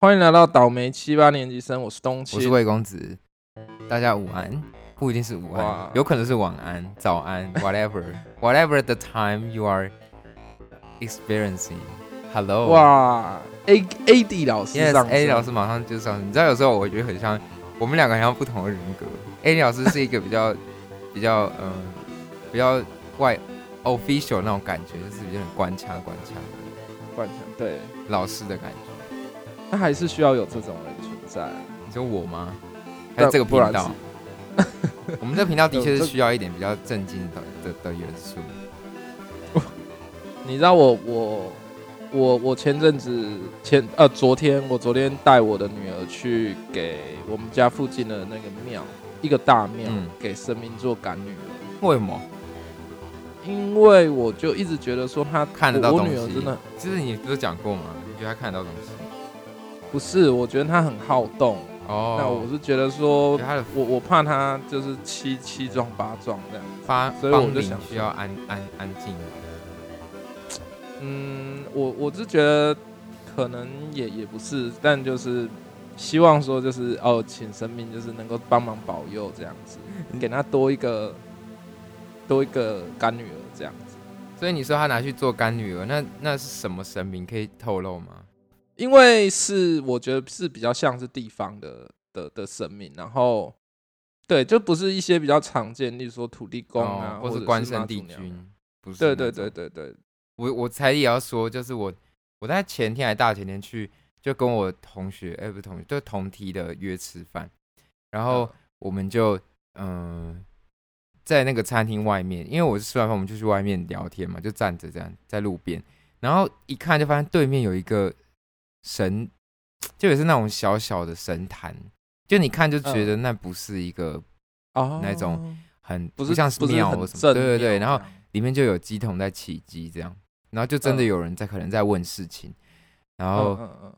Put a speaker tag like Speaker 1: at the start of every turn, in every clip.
Speaker 1: 欢迎来到倒霉七八年级生，我是东
Speaker 2: 我是
Speaker 1: 七。
Speaker 2: 魏公子，大家午安，不一定是午
Speaker 1: 哇
Speaker 2: 安，有可能是晚安、早安，whatever whatever the time you are experiencing。Hello，
Speaker 1: 哇，A A D 老师
Speaker 2: ，Yes
Speaker 1: 上身
Speaker 2: A 老师马上就上，你知道有时候我觉得很像，我们两个很像不同的人格。A 老师是一个比较比较嗯、呃比较外 official 那种感觉，就是有点官腔官腔的
Speaker 1: 冠强，对，
Speaker 2: 老师的感觉。
Speaker 1: 那还是需要有这种人存在。
Speaker 2: 你说我吗？还是这个
Speaker 1: 不
Speaker 2: 频
Speaker 1: 然
Speaker 2: 道
Speaker 1: 是？
Speaker 2: 我们这频道的确
Speaker 1: 这
Speaker 2: 是需要一点比较正经的的的元素。
Speaker 1: 你知道我我我我前阵子前呃昨天我昨天带我的女儿去给我们家附近的那个庙一个大庙、
Speaker 2: 嗯
Speaker 1: 给神明做赶女儿，
Speaker 2: 为什么？
Speaker 1: 因为我就一直觉得说她
Speaker 2: 看得到
Speaker 1: 我我
Speaker 2: 东
Speaker 1: 女儿
Speaker 2: 西
Speaker 1: 真的
Speaker 2: 就是你不是讲过吗？你觉得他看得到东西？
Speaker 1: 不是，我觉得她很好动。
Speaker 2: 哦，
Speaker 1: 那我是觉得说
Speaker 2: 觉得他的
Speaker 1: 我我怕他就是七七撞八撞这样。
Speaker 2: 发
Speaker 1: 所以我
Speaker 2: 放
Speaker 1: 就
Speaker 2: 领
Speaker 1: 想说
Speaker 2: 需要安安安静。
Speaker 1: 嗯，我我是觉得可能也也不是，但就是希望说就是哦，请神明就是能够帮忙保佑这样子，
Speaker 2: 嗯
Speaker 1: 给他多一个多一个干女儿这样子。
Speaker 2: 所以你说他拿去做干女儿，那那是什么神明可以透露吗？
Speaker 1: 因为是我觉得是比较像是地方的的的神明，然后对，就不是一些比较常见，例如说土地公啊，
Speaker 2: 哦
Speaker 1: 或
Speaker 2: 或
Speaker 1: 者
Speaker 2: 是关
Speaker 1: 妈
Speaker 2: 圣
Speaker 1: 祖
Speaker 2: 帝
Speaker 1: 娘娘。
Speaker 2: 君，不是？
Speaker 1: 对对对，对对，
Speaker 2: 我我才也要说，就是我我在前天还大前天去，就跟我同学，哎、不是同学，就同梯的约吃饭，然后我们就嗯、呃在那个餐厅外面，因为我是吃完饭，我们就去外面聊天嘛，就站着这样在路边，然后一看就发现对面有一个神，就也是那种小小的神坛，就你看就
Speaker 1: 嗯
Speaker 2: 觉得那不是一个
Speaker 1: 哦
Speaker 2: 那种很、
Speaker 1: 不
Speaker 2: 不
Speaker 1: 是
Speaker 2: 像
Speaker 1: 不是
Speaker 2: 庙
Speaker 1: 很
Speaker 2: 或什么，
Speaker 1: 正
Speaker 2: 对对对，
Speaker 1: 庙
Speaker 2: 然后
Speaker 1: 这样
Speaker 2: 里面就有鸡桶在起鸡这样，然后就真的
Speaker 1: 嗯
Speaker 2: 有人在、可能在问事情，然
Speaker 1: 嗯
Speaker 2: 后、
Speaker 1: 嗯嗯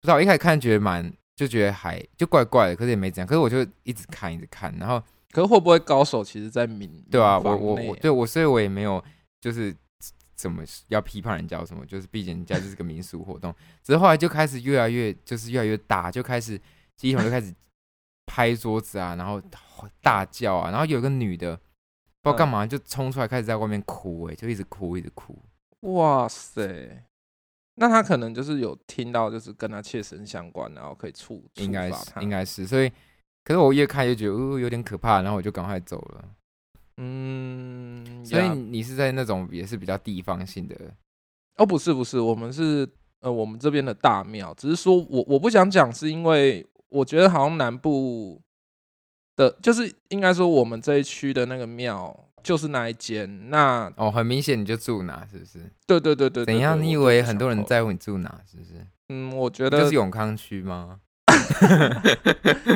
Speaker 2: 不知道我一开始看觉得蛮就觉得还就怪怪的，可是也没怎样，可是我就一直看一直看，然后
Speaker 1: 可是会不会高手其实在民
Speaker 2: 对啊，
Speaker 1: 民
Speaker 2: 我
Speaker 1: 房
Speaker 2: 我
Speaker 1: 内
Speaker 2: 我对我所以我也没有就是怎么要批判人家或什么，就是毕竟人家就是个民俗活动，只是后来就开始越来越就是越来越大，就开始鸡桶就开始拍桌子啊，然后大叫啊，然后有个女的。
Speaker 1: 嗯
Speaker 2: 不知道干嘛就冲出来，开始在外面哭、哎，就一直哭，一直哭。
Speaker 1: 哇塞，那他可能就是有听到就是跟他切身相关，然后可以触
Speaker 2: 应该是应
Speaker 1: 该
Speaker 2: 该是，所以可是我越看越觉得哦有点可怕，然后我就赶快走了。
Speaker 1: 嗯，
Speaker 2: 所以
Speaker 1: 呀
Speaker 2: 你你是在那种也是比较地方性的，
Speaker 1: 哦不是不是，我们是呃我们这边的大庙，只是说我我不想讲是因为我觉得好像南部的，就是应该说我们这一区的那个庙就是那一间，那
Speaker 2: 哦，很明显你就住哪是不是？
Speaker 1: 对对对对对
Speaker 2: 怎样？
Speaker 1: 对
Speaker 2: 你以
Speaker 1: 我就
Speaker 2: 为
Speaker 1: 不
Speaker 2: 很
Speaker 1: 想
Speaker 2: 多人
Speaker 1: 透露
Speaker 2: 在乎你住哪是不是？
Speaker 1: 嗯，我觉
Speaker 2: 不
Speaker 1: 得
Speaker 2: 就是永康区吗？。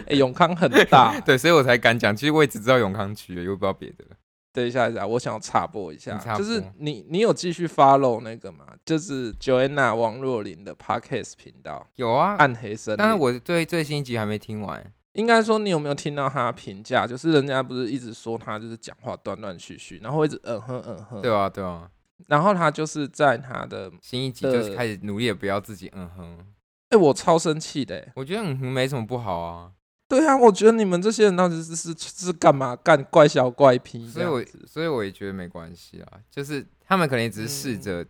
Speaker 1: 欸永康很大
Speaker 2: 对，所以我才敢讲。其实我也只知道永康区，又不知道别的。
Speaker 1: 等一下，等一下，我想要插播一下
Speaker 2: 你，插
Speaker 1: 就
Speaker 2: 播
Speaker 1: 是你你有继续 follow 那个吗？就是 Joanna 王若琳的 podcast 频道
Speaker 2: 有啊，
Speaker 1: 《
Speaker 2: 嗯
Speaker 1: 暗黑森林》。
Speaker 2: 但是我对最新一集还没听完。
Speaker 1: 应该说，你有没有听到他评价？就是人家不是一直说他就是讲话断断续续，然后一直嗯哼嗯哼。
Speaker 2: 对。啊，对啊，
Speaker 1: 然后他就是在他的，
Speaker 2: 新一集就是
Speaker 1: 对
Speaker 2: 开始努力，不要自己嗯哼。
Speaker 1: 哎、我超生气的、欸。
Speaker 2: 我觉得嗯哼没什么不好啊。
Speaker 1: 对啊，我觉得你们这些人到底是是是干嘛干怪小怪癖这
Speaker 2: 所以
Speaker 1: 样
Speaker 2: 我
Speaker 1: 子？
Speaker 2: 所以我也觉得没关系啊，就是他们可能也
Speaker 1: 嗯
Speaker 2: 只是试着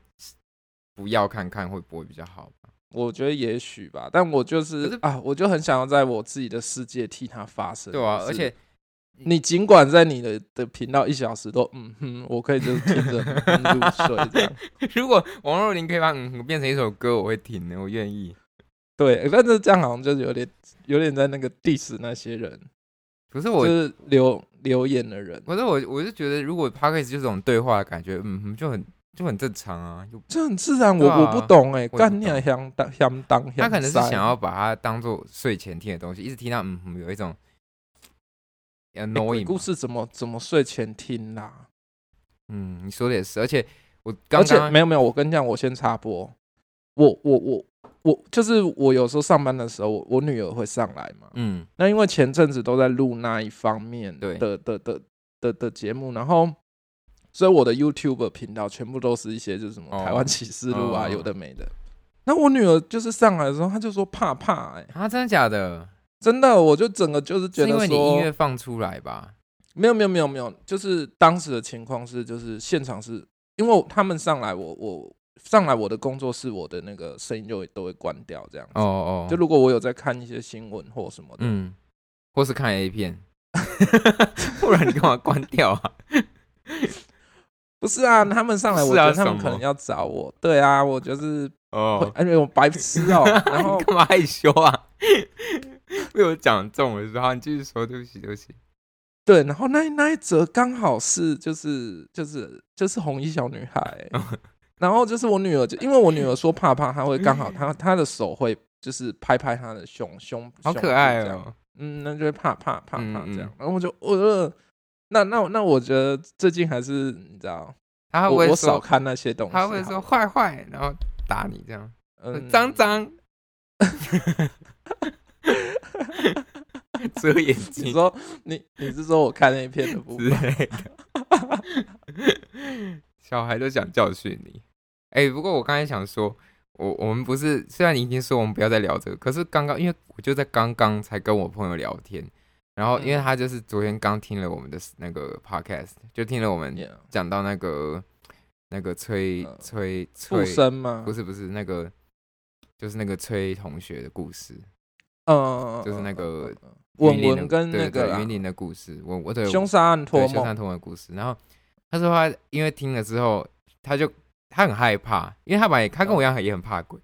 Speaker 2: 不要看看会不会比较好吧。
Speaker 1: 我觉得也许吧，但我就是
Speaker 2: 可是
Speaker 1: 啊，我就很想要在我自己的世界替他发声。
Speaker 2: 对啊，
Speaker 1: 就是
Speaker 2: 而 且
Speaker 1: 你尽管在你的的频道一小时都嗯哼，我可以就是听着嗯哼入睡这样。
Speaker 2: 如果王若琳可以把嗯哼变成一首歌，我会听的，我愿意。
Speaker 1: 对，但是这样好像就是有点有点在那个 diss 那些人，
Speaker 2: 可是
Speaker 1: 就
Speaker 2: 我，
Speaker 1: 是留留言的人，
Speaker 2: 可是我，我是觉得如果 p o d c a s 就这种对话的感觉，嗯哼，就很就很正常啊。就
Speaker 1: 这很自然。我
Speaker 2: 对啊
Speaker 1: 我不懂哎，
Speaker 2: 不
Speaker 1: 干
Speaker 2: 懂
Speaker 1: 你啊，相当相当，
Speaker 2: 他可能是
Speaker 1: 香塞欸
Speaker 2: 想要把它当做睡前听的东西，一直听到嗯哼，有一种
Speaker 1: 哎鬼
Speaker 2: annoying
Speaker 1: 故
Speaker 2: 嘛。
Speaker 1: 事怎么怎么睡前听啦？
Speaker 2: 嗯，你说的也是，而且我
Speaker 1: 而
Speaker 2: 刚
Speaker 1: 且
Speaker 2: 刚
Speaker 1: 没有没有，我跟你讲，我先插播，我我我我就是我有时候上班的时候，我我女儿会上来嘛，
Speaker 2: 嗯，
Speaker 1: 那因为前阵子都在录那一方面的
Speaker 2: 对
Speaker 1: 的的的的的节目，然后所以我的 YouTube 频道全部都是一些就是什么
Speaker 2: 哦
Speaker 1: 台湾启示录啊，
Speaker 2: 嗯
Speaker 1: 有的没的。那我女儿就是上来的时候，她就说怕怕、哎，
Speaker 2: 啊，真的假的？
Speaker 1: 真的，我就整个就是觉
Speaker 2: 是
Speaker 1: 得
Speaker 2: 因
Speaker 1: 说，
Speaker 2: 为你音乐放出来吧？
Speaker 1: 没有没有没有没有，就是当时的情况是，就是现场是因为他们上来我，我上来我的工作室，我的那个声音就会都会关掉这样子。
Speaker 2: 哦哦，
Speaker 1: 就如果我有在看一些新闻或什么的，
Speaker 2: 嗯，或是看 A 片，不然你干嘛关掉啊？
Speaker 1: 不是啊，他们上来，
Speaker 2: 不
Speaker 1: 我
Speaker 2: 是
Speaker 1: 觉
Speaker 2: 啊
Speaker 1: 得他们
Speaker 2: 什么
Speaker 1: 可能要找我。对啊，我就是会，
Speaker 2: 哦，
Speaker 1: 而且我白痴 哦、然后
Speaker 2: 你干嘛害羞啊？ 被我讲中了，是吧？好你继续说，对不起，对不起。
Speaker 1: 对，然后那那一则刚好是就是就是就是红衣小女孩、
Speaker 2: 哦
Speaker 1: 然后就是我女儿就，因为我女儿说怕怕，她会刚好她她的手会就是拍拍她的胸胸，
Speaker 2: 好
Speaker 1: 胸
Speaker 2: 可
Speaker 1: 部
Speaker 2: 爱
Speaker 1: 这样
Speaker 2: 哦、
Speaker 1: 嗯，那就会怕怕怕
Speaker 2: 嗯
Speaker 1: 怕这样
Speaker 2: 嗯，
Speaker 1: 然后我就呃，那那那我觉得最近还是你知道，
Speaker 2: 他会
Speaker 1: 我
Speaker 2: 不会
Speaker 1: 我少
Speaker 2: 说，
Speaker 1: 看那些东西，
Speaker 2: 他会说，坏坏，然后打你这样，
Speaker 1: 嗯，
Speaker 2: 脏 脏，遮眼
Speaker 1: 你
Speaker 2: 睛
Speaker 1: 说你你是说我看那一片的部
Speaker 2: 之
Speaker 1: 分？
Speaker 2: 类的。小孩都想教训你。哎、不过我刚才想说，我我们不是，虽然你已经说我们不要再聊这个，可是刚刚因为我就在刚刚才跟我朋友聊天，然后因为
Speaker 1: 嗯
Speaker 2: 他就是昨天刚听了我们的那个 podcast，就听了我们
Speaker 1: Yeah，
Speaker 2: 讲到那个那个崔
Speaker 1: 呃
Speaker 2: 崔
Speaker 1: 附
Speaker 2: 崔，
Speaker 1: 身吗
Speaker 2: 不？是不是那个，就是那个崔同学的故事，
Speaker 1: 嗯，
Speaker 2: 就是那
Speaker 1: 嗯
Speaker 2: 个
Speaker 1: 嗯嗯嗯文
Speaker 2: 云林的
Speaker 1: 文跟那
Speaker 2: 对对
Speaker 1: 个啦
Speaker 2: 云林的故事，我我对
Speaker 1: 凶杀案
Speaker 2: 对
Speaker 1: 托
Speaker 2: 修缮
Speaker 1: 梦，
Speaker 2: 托的故事。然后他说他因为听了之后，他就他很害怕，因为他本
Speaker 1: 嗯
Speaker 2: 来他跟我一样也很怕鬼，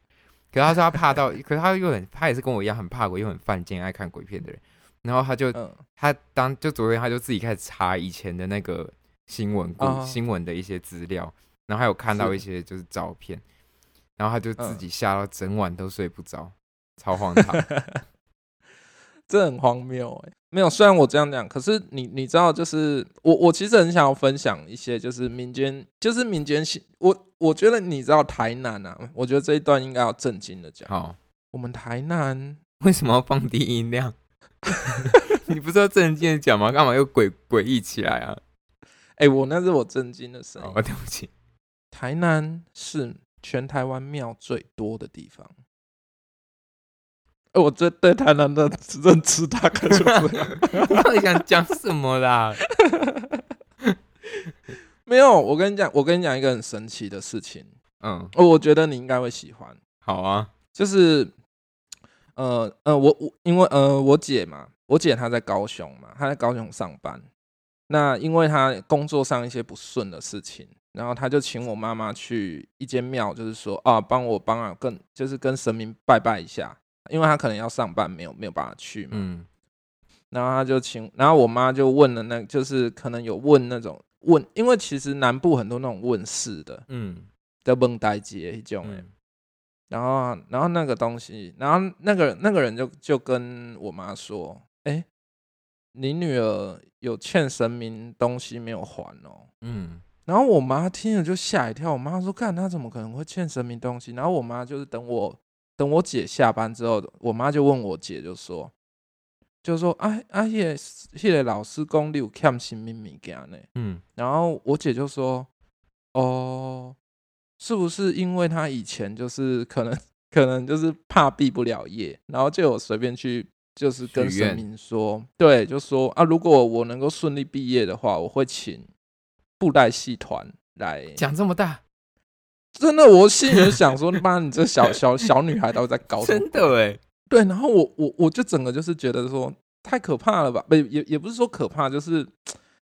Speaker 2: 可是他说他怕到， 可是他又很他也是跟我一样很怕鬼，又很犯贱爱看鬼片的人。然后他就
Speaker 1: 嗯，
Speaker 2: 他当就昨天他就自己开始查以前的那个新闻故、
Speaker 1: 啊
Speaker 2: 新闻的一些资料，然后还有看到
Speaker 1: 是
Speaker 2: 一些就是照片，然后他就自
Speaker 1: 嗯
Speaker 2: 己吓到整晚都睡不着，超荒唐。
Speaker 1: 这很荒谬哎、没有，虽然我这样讲，可是你你知道，就是我我其实很想要分享一些，就是民间，就是民间信，我我觉得你知道台南啊，我觉得这一段应该要正经的讲。
Speaker 2: 好，
Speaker 1: 我们台南
Speaker 2: 为什么要放低音量？ 你不是要正经地讲吗？干嘛又诡诡异起来啊？
Speaker 1: 哎、我那是我震惊的声音。
Speaker 2: 哦，对不起，
Speaker 1: 台南是全台湾庙最多的地方。哎、我这对台南的认知大概就 这样。
Speaker 2: 你到底想讲什么啦？
Speaker 1: 没有，我跟你讲，我跟你讲一个很神奇的事情，
Speaker 2: 嗯，
Speaker 1: 哦我觉得你应该会喜欢，
Speaker 2: 好啊，
Speaker 1: 就是，呃呃，我我因为呃我姐嘛，我姐她在高雄嘛，她在高雄上班，那因为她工作上一些不顺的事情，然后她就请我妈妈去一间庙，就是说啊，帮我帮啊，跟就是跟神明拜拜一下，因为她可能要上班，没有没有办法去嘛，
Speaker 2: 嗯，
Speaker 1: 然后他就请，然后我妈就问了那，就是可能有问那种问，因为其实南部很多那种问世的
Speaker 2: 嗯
Speaker 1: 的蒙呆街一种、欸，
Speaker 2: 嗯，
Speaker 1: 然后啊然后那个东西，然后那个那个人就就跟我妈说，哎、你女儿有欠神明东西没有还哦。
Speaker 2: 嗯，
Speaker 1: 然后我妈听了就吓一跳，我妈说：“干，她怎么可能会欠神明东西？”然后我妈就是等我等我姐下班之后，我妈就问我姐，就说：“就说啊啊，迄、个迄个老师讲你有欠神明物件呢。
Speaker 2: 嗯，”
Speaker 1: 然后我姐就说：“哦，是不是因为她以前就是可能可能就是怕毕不了业，然后就有随便去就是跟
Speaker 2: 许
Speaker 1: 神
Speaker 2: 愿
Speaker 1: 明说，对，就说啊，如果我能够顺利毕业的话，我会请布袋戏团来。
Speaker 2: 讲这么大，
Speaker 1: 真的，我心里就想说，妈，你这小小小女孩到底在搞什么？
Speaker 2: 真的哎，
Speaker 1: 对，然后我我我就整个就是觉得说太可怕了吧，不也也不是说可怕，就是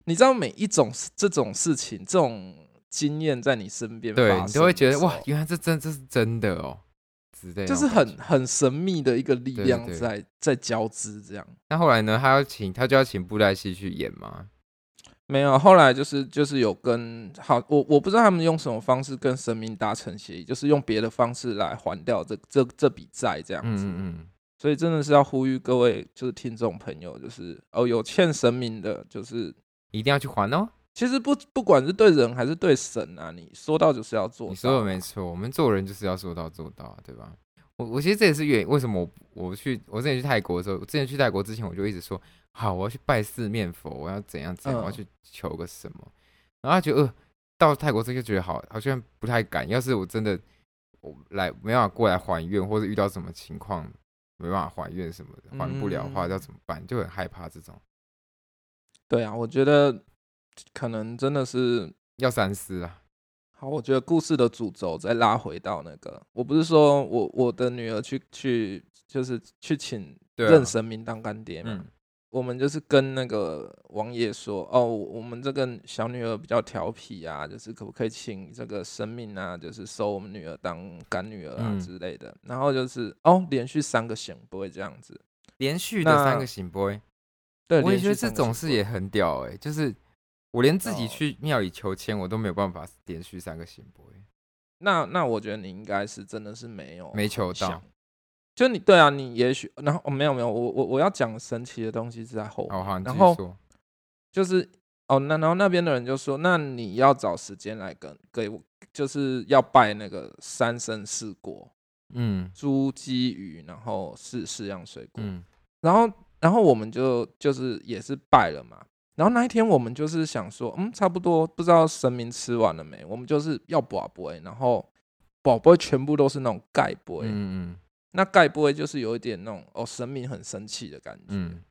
Speaker 1: 你知道每一种这种事情，这种经验在你身边发生的时
Speaker 2: 对
Speaker 1: 候，
Speaker 2: 你都会觉得哇，原来这真这是真的哦，之类的
Speaker 1: 就
Speaker 2: 那
Speaker 1: 是
Speaker 2: 种感觉
Speaker 1: 很。很神秘的一个力
Speaker 2: 对对
Speaker 1: 量
Speaker 2: 对
Speaker 1: 在在交织这样。
Speaker 2: 那后来呢？他要请他就要请布袋戏去演嘛？
Speaker 1: 没有，后来就是就是有跟好，我我不知道他们用什么方式跟神明达成协议，就是用别的方式来还掉这这这笔债这样
Speaker 2: 嗯
Speaker 1: 子。
Speaker 2: 嗯
Speaker 1: 所以真的是要呼吁各位就是听众朋友，就是哦有欠神明的，就是
Speaker 2: 嗯，一定要去还哦。
Speaker 1: 其实不不管是对人还是对神啊，你说到就是要做到。啊
Speaker 2: 你说的没错，我们做人就是要说到做到，啊对吧？我我其实这也是原因，为什么我我去我之前去泰国的时候，我之前去泰国之前我就一直说，好，我要去拜四面佛，我要怎样怎样，
Speaker 1: 嗯
Speaker 2: 我要去求个什么。然后他觉得、呃、到泰国之后就觉得好，好像不太敢。要是我真的我来没办法过来还愿，或者遇到什么情况没办法还愿什么的，还不了的话
Speaker 1: 嗯
Speaker 2: 要怎么办？就很害怕这种，
Speaker 1: 对啊，我觉得可能真的是
Speaker 2: 要三思啊。
Speaker 1: 好，我觉得故事的主轴再拉回到那个，我不是说我我的女儿去去就是去请
Speaker 2: 对啊
Speaker 1: 认神明当干爹嘛，
Speaker 2: 嗯，
Speaker 1: 我们就是跟那个王爷说，哦，我们这个小女儿比较调皮啊，就是可不可以请这个神明啊，就是收我们女儿当干女儿啊
Speaker 2: 嗯
Speaker 1: 之类的，然后就是哦，连续三个行不会这样子，
Speaker 2: 连续的
Speaker 1: 那
Speaker 2: 三个醒 boy，
Speaker 1: 对，
Speaker 2: 我也
Speaker 1: 连续
Speaker 2: 觉得这
Speaker 1: 三个
Speaker 2: 种
Speaker 1: 醒
Speaker 2: 事
Speaker 1: 不会
Speaker 2: 也很屌哎、就是我连自己
Speaker 1: 哦
Speaker 2: 去庙里求签，我都没有办法连续三个欸醒 boy，
Speaker 1: 那那我觉得你应该是真的是没有
Speaker 2: 没求
Speaker 1: 哦想
Speaker 2: 到。
Speaker 1: 就你对啊，你也许然后、哦、没有没有，我我我要讲神奇的东西是在后面，
Speaker 2: 好好，你继
Speaker 1: 然
Speaker 2: 续
Speaker 1: 后
Speaker 2: 说。
Speaker 1: 就是哦那然后那边的人就说，那你要找时间来跟给我，就是要拜那个三生四果，
Speaker 2: 嗯
Speaker 1: 猪鸡鱼，然后四四样水果，
Speaker 2: 嗯
Speaker 1: 然后然后我们就就是也是拜了嘛。然后那一天我们就是想说，嗯，差不多不知道神明吃完了没，我们就是要宝贝，然后宝贝全部都是那种盖
Speaker 2: 嗯
Speaker 1: 杯，
Speaker 2: 嗯
Speaker 1: 那盖不会就是有一点那种哦神明很生气的感觉。
Speaker 2: 嗯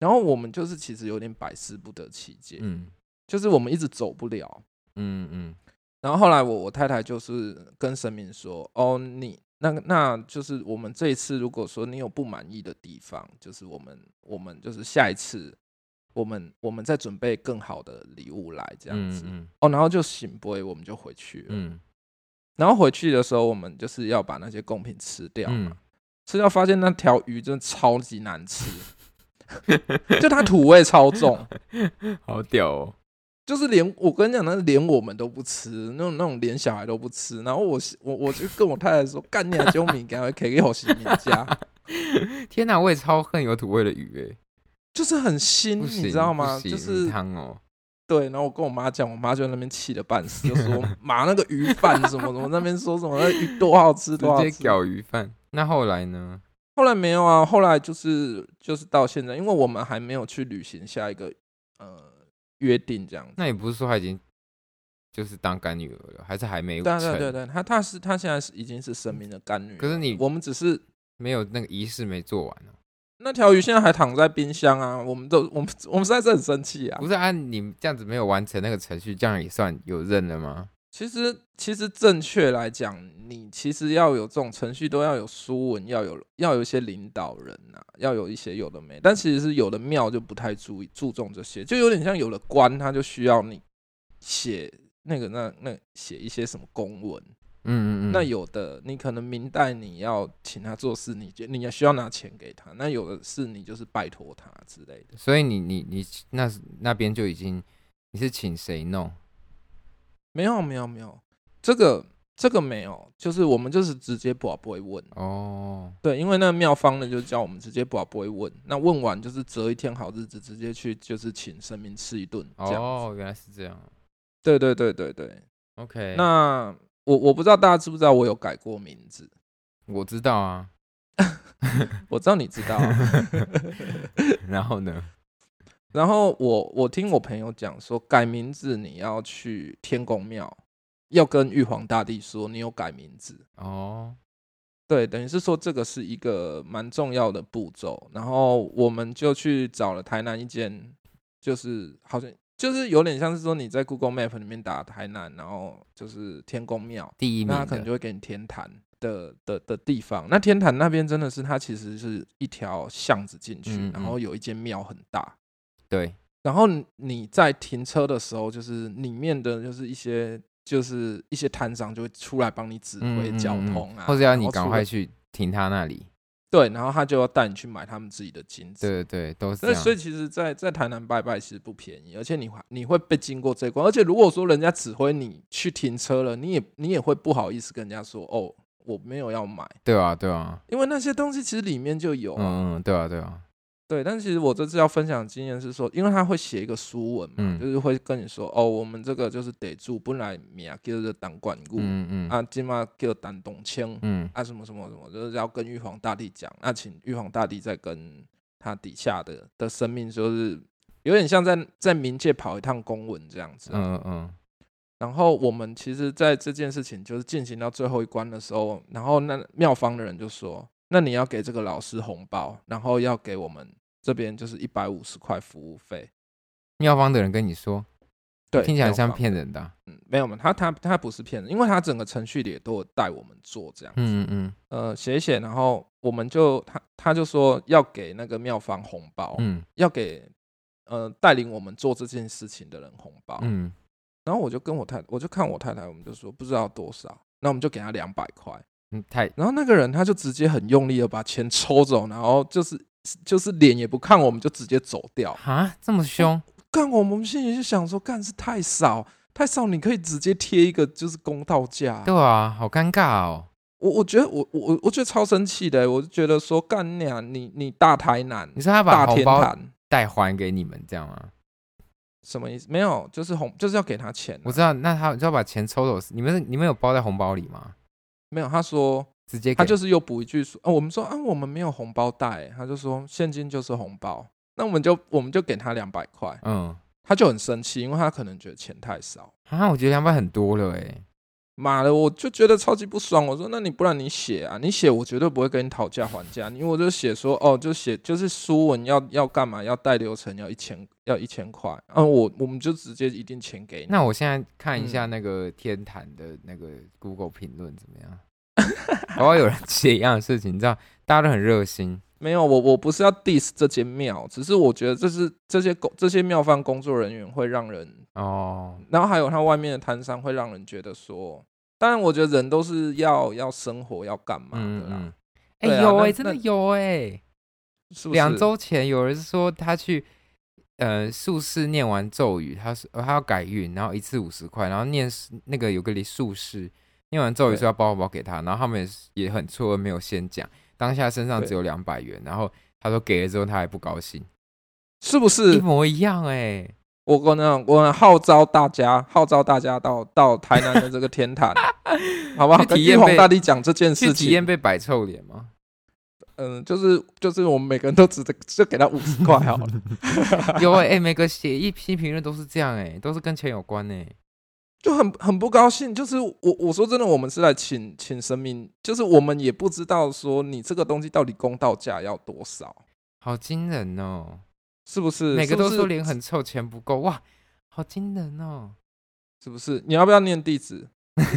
Speaker 1: 然后我们就是其实有点百思不得其解，
Speaker 2: 嗯
Speaker 1: 就是我们一直走不了。
Speaker 2: 嗯嗯
Speaker 1: 然后后来我我太太就是跟神明说，哦你那那就是我们这一次如果说你有不满意的地方，就是我们我们就是下一次。我们我们再准备更好的礼物来这样
Speaker 2: 嗯
Speaker 1: 子、
Speaker 2: 嗯
Speaker 1: 哦，然后就醒不我们就回去了。
Speaker 2: 嗯
Speaker 1: 然后回去的时候，我们就是要把那些贡品吃掉嘛。
Speaker 2: 嗯，
Speaker 1: 吃到发现那条鱼真的超级难吃， 就它土味超重，
Speaker 2: 好屌 哦。
Speaker 1: 就是连我跟你讲，那连我们都不吃，那种那种连小孩都不吃。然后我我我就跟我太太说，干你啊，救命，赶快可以好心你家，
Speaker 2: 天哪，我也超恨有土味的鱼哎、
Speaker 1: 就是很腥，
Speaker 2: 不行，
Speaker 1: 嗯你知道吗？
Speaker 2: 不行
Speaker 1: 就是
Speaker 2: 汤哦，
Speaker 1: 对。然后我跟我妈讲，我妈就在那边气的半死，就说妈那个鱼饭什么什么，那边说什么那鱼多好吃，多好
Speaker 2: 直
Speaker 1: 吃
Speaker 2: 接。搞鱼饭。那后来呢？
Speaker 1: 后来没有啊，后来就是就是到现在，因为我们还没有去履行下一个呃约定这样子。
Speaker 2: 那你不是说他已经就是当干女儿了，还是还没有
Speaker 1: 对啊
Speaker 2: 成？
Speaker 1: 对啊对啊对啊，他他是他现在是已经是神明的干女儿了，
Speaker 2: 可是你
Speaker 1: 我们只是
Speaker 2: 没有那个仪式没做完哦。
Speaker 1: 那条鱼现在还躺在冰箱啊，我们都我们我们实在是很生气啊
Speaker 2: 不。是按、你这样子没有完成那个程序，这样也算有认了吗？
Speaker 1: 其实其实正确来讲，你其实要有这种程序，都要有书文，要有要有一些领导人呐、要有一些有的没。但其实是有的庙就不太注意注重这些，就有点像有的官，他就需要你写那个那那写一些什么公文。
Speaker 2: 嗯嗯嗯，
Speaker 1: 那有的你可能明代你要请他做事，你就你也需要拿钱给他；那有的是你就是拜托他之类的。
Speaker 2: 所以你你你那那边就已经你是请谁弄？
Speaker 1: 没有没有没有，这个这个没有，就是我们就是直接不不会问，啊
Speaker 2: 哦，
Speaker 1: 对，因为那庙方呢就叫我们直接不不会问，那问完就是择一天好日子直接去就是请神明吃一顿这样。
Speaker 2: 哦，原来是这样。
Speaker 1: 对对对对对，
Speaker 2: OK，
Speaker 1: 那我我不知道大家知不知道我有改过名字，
Speaker 2: 我知 道啊。
Speaker 1: 我知道你知道啊、
Speaker 2: 然后呢？
Speaker 1: 然后我我听我朋友讲说，改名字你要去天公庙，要跟玉皇大帝说你有改名字。
Speaker 2: 哦，
Speaker 1: 对，等于是说这个是一个蛮重要的步骤。然后我们就去找了台南一间，就是好像就是有点像是说你在 Google Map 里面打台南，然后就是天公庙，
Speaker 2: 第一名
Speaker 1: 那他
Speaker 2: 的
Speaker 1: 可能就会给你天坛的的的地方。那天坛那边真的是它其实是一条巷子进去，
Speaker 2: 嗯嗯
Speaker 1: 然后有一间庙很大，
Speaker 2: 对，
Speaker 1: 然后你你在停车的时候，就是里面的就是一些就是一些摊商就会出来帮你指挥
Speaker 2: 嗯嗯
Speaker 1: 交
Speaker 2: 嗯
Speaker 1: 通啊，
Speaker 2: 或者要你
Speaker 1: 然后
Speaker 2: 赶
Speaker 1: 出
Speaker 2: 快
Speaker 1: 了
Speaker 2: 去停他那里。
Speaker 1: 对，然后他就要带你去买他们自己的金子。
Speaker 2: 对对对，都是这
Speaker 1: 那
Speaker 2: 样。
Speaker 1: 所以其实在，在台南拜拜其实不便宜，而且你还你会被经过这一关，而且如果说人家指挥你去停车了，你也你也会不好意思跟人家说哦，我没有要买，
Speaker 2: 对啊，对啊，
Speaker 1: 因为那些东西其实里面就有啊、
Speaker 2: 嗯嗯，对啊，对啊，
Speaker 1: 对，但其实我这次要分享的经验是说，因为他会写一个书文嘛，
Speaker 2: 嗯
Speaker 1: 就是会跟你说，哦，我们这个就是得住，本来名叫做当管固、
Speaker 2: 嗯嗯嗯
Speaker 1: 啊，今嘛叫当董卿
Speaker 2: 嗯
Speaker 1: 啊，什么什么什么，就是要跟玉皇大帝讲，那、请玉皇大帝再跟他底下的的生命，就是有点像在在冥界跑一趟公文这样子啊、
Speaker 2: 嗯嗯，
Speaker 1: 然后我们其实在这件事情就是进行到最后一关的时候，然后那妙方的人就说：“那你要给这个老师红包，然后要给我们这边就是一百五十块服务费。
Speaker 2: 妙方的人跟你说，”
Speaker 1: 对，
Speaker 2: 听起来很像
Speaker 1: 妙方
Speaker 2: 骗人的啊、
Speaker 1: 嗯没有嘛？他他他不是骗人，因为他整个程序里也都有带我们做这样。
Speaker 2: 嗯嗯嗯
Speaker 1: 呃，写一写，然后我们就他他就说要给那个妙方红包，
Speaker 2: 嗯
Speaker 1: 要给呃带领我们做这件事情的人红包。
Speaker 2: 嗯，
Speaker 1: 然后我就跟我太，我就看我太太，我们就说不知道多少，那我们就给他两百块。
Speaker 2: 嗯太
Speaker 1: 然后那个人他就直接很用力的把钱抽走，然后就是就是脸也不看我们就直接走掉。
Speaker 2: 啊这么凶，
Speaker 1: 干我们心里就想说，干是太少太少，你可以直接贴一个就是公道价啊、
Speaker 2: 对啊，好尴尬哦。
Speaker 1: 我我觉得我我我我觉得超生气的，欸我就觉得说干你啊，你你大台南
Speaker 2: 你说他把
Speaker 1: 大
Speaker 2: 红
Speaker 1: 天
Speaker 2: 包
Speaker 1: 坛
Speaker 2: 带还给你们这样吗？
Speaker 1: 什么意思？没有，就是红就是要给他钱啊、
Speaker 2: 我知道，那他就要把钱抽走，你们你们有包在红包里吗？
Speaker 1: 没有，他说
Speaker 2: 直接给
Speaker 1: 他就是又补一句说，哦，我们说啊，我们没有红包袋，欸他就说现金就是红包，那我们就我们就给他两百块，
Speaker 2: 嗯
Speaker 1: 他就很生气，因为他可能觉得钱太少。
Speaker 2: 啊，我觉得两百很多了
Speaker 1: 嗯
Speaker 2: 哎，
Speaker 1: 妈的，我就觉得超级不爽。我说，那你不然你写啊，你写我绝对不会跟你讨价还价，因为我就写说，哦，就写就是书文要要干嘛，要带流程要一千要一千块，嗯、我我们就直接一定钱给你。
Speaker 2: 那我现在看一下
Speaker 1: 嗯
Speaker 2: 那个天坛的那个 Google 评论怎么样？搞不好有人写一样的事情，你知道，大家都很热心。
Speaker 1: 没有，我我不是要 diss 这间庙，只是我觉得这是这些工这些庙方工作人员会让人
Speaker 2: 哦，
Speaker 1: 然后还有它外面的摊商会让人觉得说，当然我觉得人都是要要生活要干嘛
Speaker 2: 嗯
Speaker 1: 的啦，
Speaker 2: 嗯，哎、
Speaker 1: 对啊
Speaker 2: 有
Speaker 1: 那
Speaker 2: 哎、真的
Speaker 1: 那
Speaker 2: 有哎、
Speaker 1: 是不是？
Speaker 2: 两周前有人说他去呃术士念完咒语，他是、呃他要改运，然后一次五十块，然后念那个有个理术士念完咒语
Speaker 1: 对
Speaker 2: 说要包红包给他，然后他们也是也很错愕，没有先讲，当下身上
Speaker 1: 对
Speaker 2: 只有两百元，然后他说给了之后他还不高兴，
Speaker 1: 是不
Speaker 2: 一
Speaker 1: 是？
Speaker 2: 模一样哎、
Speaker 1: 我跟那我号召大家，号召大家到到台南的这个天 坛，好不好？
Speaker 2: 去
Speaker 1: 跟
Speaker 2: 体
Speaker 1: 玉
Speaker 2: 验
Speaker 1: 皇
Speaker 2: 被
Speaker 1: 大帝讲这件
Speaker 2: 去
Speaker 1: 事
Speaker 2: 体验
Speaker 1: 情，
Speaker 2: 被摆臭脸 吗？
Speaker 1: 嗯，就是就是我们每个人都只就给他五十块 好了。
Speaker 2: 有哎、欸每个写一批评论都是这样哎、都是跟钱有关哎、
Speaker 1: 就很很不高兴。就是我我说真的，我们是来请请神明，就是我们也不知道说你这个东西到底公道价要多少，
Speaker 2: 好惊人哦！
Speaker 1: 是不是？
Speaker 2: 每个
Speaker 1: 是不
Speaker 2: 都
Speaker 1: 是
Speaker 2: 说脸很臭，钱不够哇，好惊人哦！
Speaker 1: 是不是？你要不要念地址？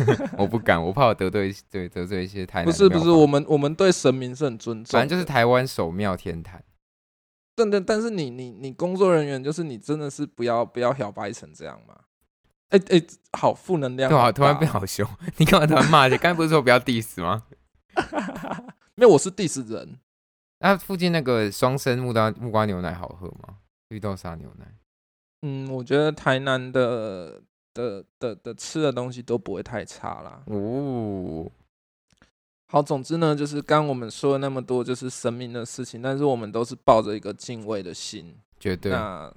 Speaker 2: 我不敢，我怕我得罪对得罪一些台南
Speaker 1: 不
Speaker 2: 的
Speaker 1: 是不
Speaker 2: 庙
Speaker 1: 是，
Speaker 2: 方
Speaker 1: 我们我们对神明是很尊重的，
Speaker 2: 反正就是台湾首庙天坛。
Speaker 1: 但但但是你你你工作人员就是你真的是不要不要漂白成这样嘛？哎、哎、好负能量
Speaker 2: 对啊，
Speaker 1: 好大哦，
Speaker 2: 突然变好凶，你干嘛突然骂人？刚才不是说不要 diss 吗？
Speaker 1: 没有，我是 diss 人，
Speaker 2: 那附近那个双生木瓜木瓜牛奶好喝吗？绿豆沙牛奶
Speaker 1: 嗯，我觉得台南的的的的吃的东西都不会太差啦。
Speaker 2: 哦，
Speaker 1: 好，总之呢，就是刚我们说了那么多就是神明的事情，但是我们都是抱着一个敬畏的心，
Speaker 2: 绝对
Speaker 1: 那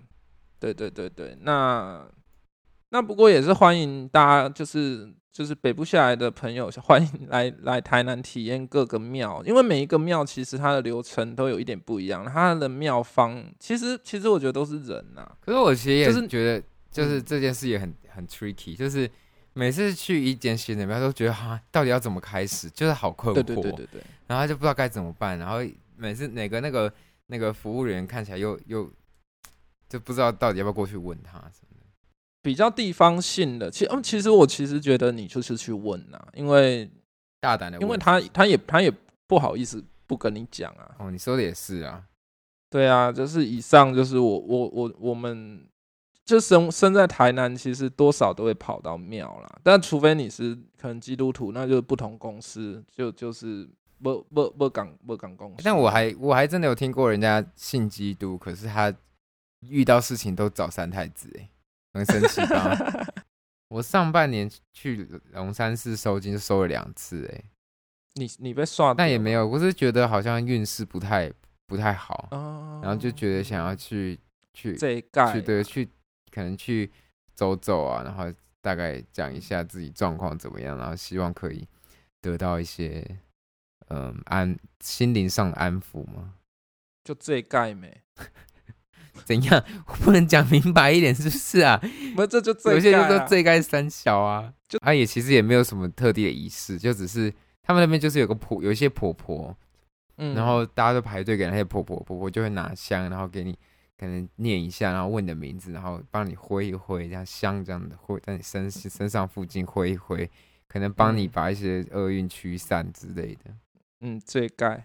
Speaker 1: 对对对对，那那不过也是欢迎大家，就是就是北部下来的朋友，欢迎来来台南体验各个庙，因为每一个庙其实它的流程都有一点不一样，它的庙方其实其实我觉得都是人呐、
Speaker 2: 可是我其实也
Speaker 1: 就是
Speaker 2: 是觉得，就是
Speaker 1: 嗯
Speaker 2: 这件事也很很 tricky，就是每次去一间新的庙都觉得哈，到底要怎么开始，就是好困惑，
Speaker 1: 对对对对对，
Speaker 2: 然后就不知道该怎么办，然后每次哪个那个那个服务人员看起来又又就不知道到底要不要过去问他什么的。
Speaker 1: 比较地方性的，其实、嗯、其实我其实觉得你就是去问呐、因为
Speaker 2: 大胆的，
Speaker 1: 因为他他也他也不好意思不跟你讲啊，
Speaker 2: 哦，你说的也是啊，
Speaker 1: 对啊，就是以上就是我我我我们就生生在台南，其实多少都会跑到庙啦。但除非你是可能基督徒，那就是不同公司，就就是不不不港不港公司。
Speaker 2: 但我还我还真的有听过人家信基督，可是他遇到事情都找三太子、欸，很神奇 吧？我上半年去龙山寺收金就收了两次、欸，
Speaker 1: 你你被刷掉吗，
Speaker 2: 但也没有，我是觉得好像运势不太不太好，
Speaker 1: 啊，
Speaker 2: 然后就觉得想要去去
Speaker 1: 这一盖啊
Speaker 2: 去对去，可能去走走啊，然后大概讲一下自己状况怎么样，然后希望可以得到一些嗯安心灵上的安抚嘛。
Speaker 1: 就这一盖没。
Speaker 2: 怎样？ 我不能讲明白一点是不是啊？
Speaker 1: 不是这就
Speaker 2: 有
Speaker 1: 这
Speaker 2: 些
Speaker 1: 一
Speaker 2: 就
Speaker 1: 盖
Speaker 2: 说
Speaker 1: 啊，
Speaker 2: 这该三小啊，
Speaker 1: 就
Speaker 2: 啊也其实也没有什么特地的仪式，就只是他们那边就是有个婆，有一些婆婆，
Speaker 1: 嗯
Speaker 2: 然后大家都排队给那些婆婆，婆婆就会拿香，然后给你可能念一下，然后问你的名字，然后帮你挥一挥，这样香这样的挥在你身身上附近挥一挥，可能帮你
Speaker 1: 嗯
Speaker 2: 把一些厄运驱散之类的。
Speaker 1: 嗯这一盖，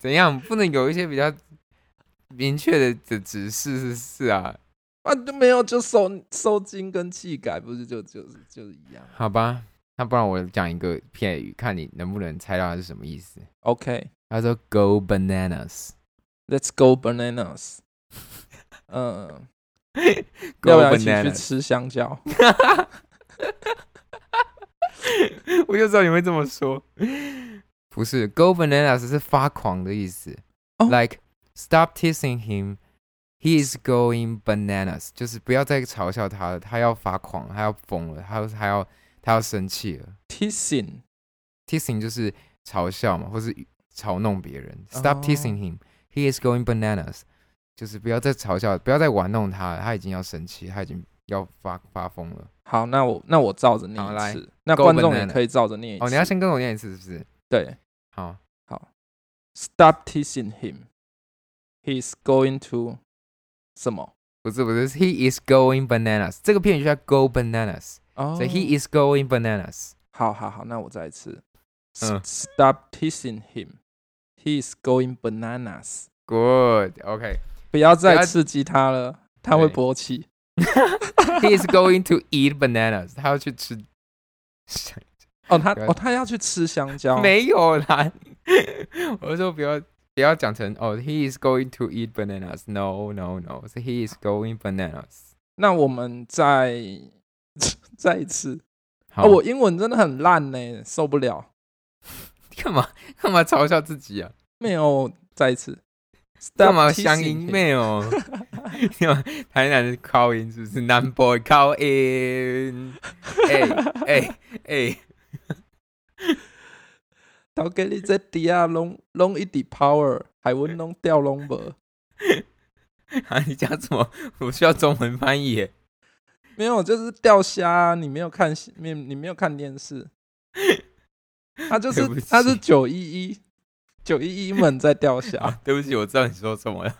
Speaker 2: 怎样不能有一些比较明确的的指示是是啊？
Speaker 1: 啊都没有就收收金跟气改，不是就就是就是一样
Speaker 2: 好吧，那不然我讲一个片语，看你能不能猜到它是什么意思。
Speaker 1: ？OK，Let's、
Speaker 2: 他说 “Go bananas”，
Speaker 1: go bananas。嗯、
Speaker 2: Go
Speaker 1: 要不要一起去
Speaker 2: bananas
Speaker 1: 吃香蕉？
Speaker 2: 我就知道你会这么说。不是，go bananas 是发狂的意思。
Speaker 1: 哦
Speaker 2: Like stop teasing him, he is going bananas，就是不要再嘲笑他了，他要发狂，他要疯了，他他要他要生气了。
Speaker 1: teasing
Speaker 2: teasing 就是嘲笑嘛，或是嘲弄别人。
Speaker 1: 哦
Speaker 2: Stop teasing him, he is going bananas，就是不要再嘲笑，不要再玩弄他了，他已经要生气，他已经要发发疯了。
Speaker 1: 好，那我那我照着念
Speaker 2: 好
Speaker 1: 一
Speaker 2: 来
Speaker 1: 次，那
Speaker 2: Go
Speaker 1: 观众也
Speaker 2: banana
Speaker 1: 可以照着念一次。
Speaker 2: 哦，你要先跟我念一次是不是？
Speaker 1: 对
Speaker 2: 好，
Speaker 1: ，Stop teasing him. He's going to 什么？
Speaker 2: 不是不是是，He is going bananas。这个片语就叫 Go bananas，
Speaker 1: 哦
Speaker 2: 所以 He is going bananas。
Speaker 1: 好好好，那我再一次。S-
Speaker 2: 嗯
Speaker 1: Stop teasing him. He's going bananas.
Speaker 2: Good，OK、
Speaker 1: 不要
Speaker 2: 不
Speaker 1: 再
Speaker 2: 要
Speaker 1: 刺激他了，他会
Speaker 2: 对
Speaker 1: 勃起。
Speaker 2: He is going to eat bananas。他要去吃，
Speaker 1: 哦，他
Speaker 2: 不要
Speaker 1: 哦，他要去吃香蕉。
Speaker 2: 没有啦。我说不要不要讲成哦，He is going to eat bananas。No no no，是 He is going bananas。
Speaker 1: 那我们再 再一次。
Speaker 2: 好，
Speaker 1: 哦，我英文真的很烂呢，受不了。
Speaker 2: 干嘛干嘛嘲笑自己啊？
Speaker 1: 没有，再一次。
Speaker 2: 干
Speaker 1: Stop
Speaker 2: 嘛乡
Speaker 1: teasing
Speaker 2: 音
Speaker 1: him
Speaker 2: 没有？你有哦 台南的高音是不是南部的高音？哎 哎哎！
Speaker 1: 头家你这底下拢拢一滴 power，海文拢掉拢无，
Speaker 2: 啊，你讲什么？ 我需要中文翻译耶。
Speaker 1: 没有就是掉虾啊、你没有看戏你你没有看电视，他就
Speaker 2: 对
Speaker 1: 是
Speaker 2: 不起
Speaker 1: 他是九一一九一一们在掉虾，
Speaker 2: 啊，对不起，我知道你说什么了。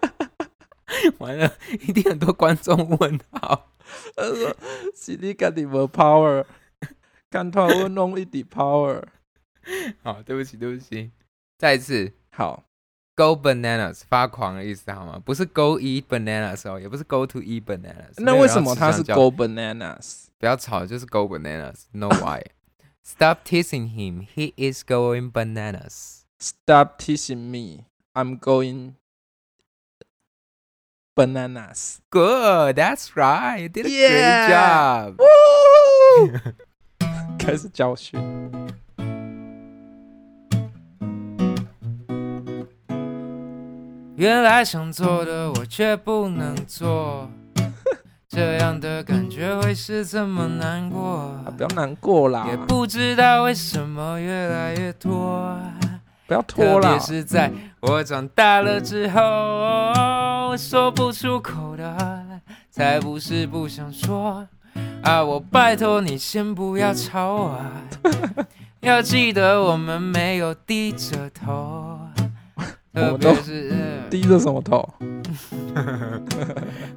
Speaker 2: 完了，一定很多观众问号。
Speaker 1: 他说是你家己无 power，看团阮拢一滴 power，
Speaker 2: 好，对不起，对不起。再一次
Speaker 1: 好
Speaker 2: ，go bananas 发狂的意思好吗？不是 go eat bananas 哦，也不是 go to eat bananas。
Speaker 1: 那为什么他是
Speaker 2: 勾？
Speaker 1: go bananas？
Speaker 2: 不要吵，就是 go bananas。No why? Stop teasing him. He is going bananas.
Speaker 1: Stop teasing me. I'm going bananas.
Speaker 2: Good. That's right. You did a
Speaker 1: Yeah.
Speaker 2: great job.
Speaker 1: 开始教训。
Speaker 2: 原来想做的我却不能做， 这样的感觉会是怎么难过？
Speaker 1: 啊，不要难过啦，
Speaker 2: 也不知道为什么越来越多，
Speaker 1: 不要
Speaker 2: 特
Speaker 1: 拖
Speaker 2: 别
Speaker 1: 啦。
Speaker 2: 是在我长大了之后，说不出口的，才不是不想说。啊，我拜托你先不要吵我， 要记得我们没有低着头，
Speaker 1: 我
Speaker 2: 特
Speaker 1: 们都
Speaker 2: 别是。呃
Speaker 1: 低着什么头？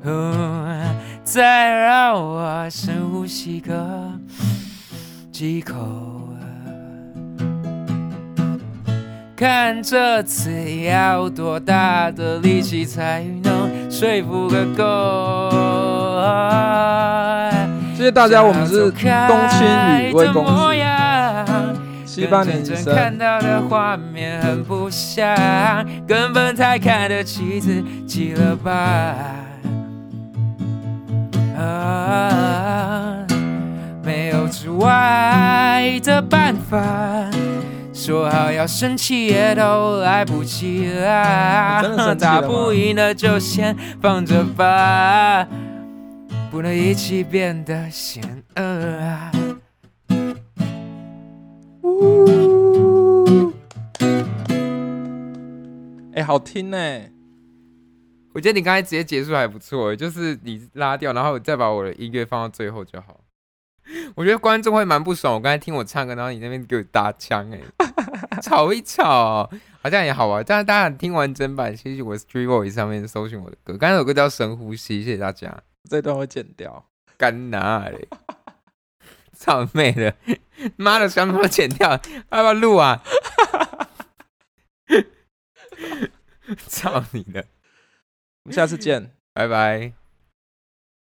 Speaker 2: 嗯，再让我深呼吸个几口，看这次要多大的力气才能说服个够。
Speaker 1: 谢谢大家，我们是冬青与魏公
Speaker 2: 模
Speaker 1: 子，
Speaker 2: 样
Speaker 1: 七八年
Speaker 2: 啊跟
Speaker 1: 级
Speaker 2: 真
Speaker 1: 生
Speaker 2: 正。看到的画面很不像，根本太看得起自己了吧？啊，没有之外的办法，说好要生气也都来不及啦。
Speaker 1: 真的生气了吗
Speaker 2: 打不赢的就先放着吧，不能一起变得险恶啊。
Speaker 1: 哎、好听呢、
Speaker 2: 我觉得你刚才直接结束还不错，就是你拉掉，然后再把我的音乐放到最后就好。我觉得观众会蛮不爽，我刚才听我唱歌，然后你那边给我搭腔、哎，吵一吵，好像也好玩。但是大家听完整版，其实我 Street Voice 上面搜寻我的歌，刚才有个叫《深呼吸》，谢谢大家。
Speaker 1: 这段会剪掉。
Speaker 2: 干哪嘞？操妹的，妈的，全部都剪掉，要不要录啊？操你的，
Speaker 1: 我们下次见。
Speaker 2: 拜拜。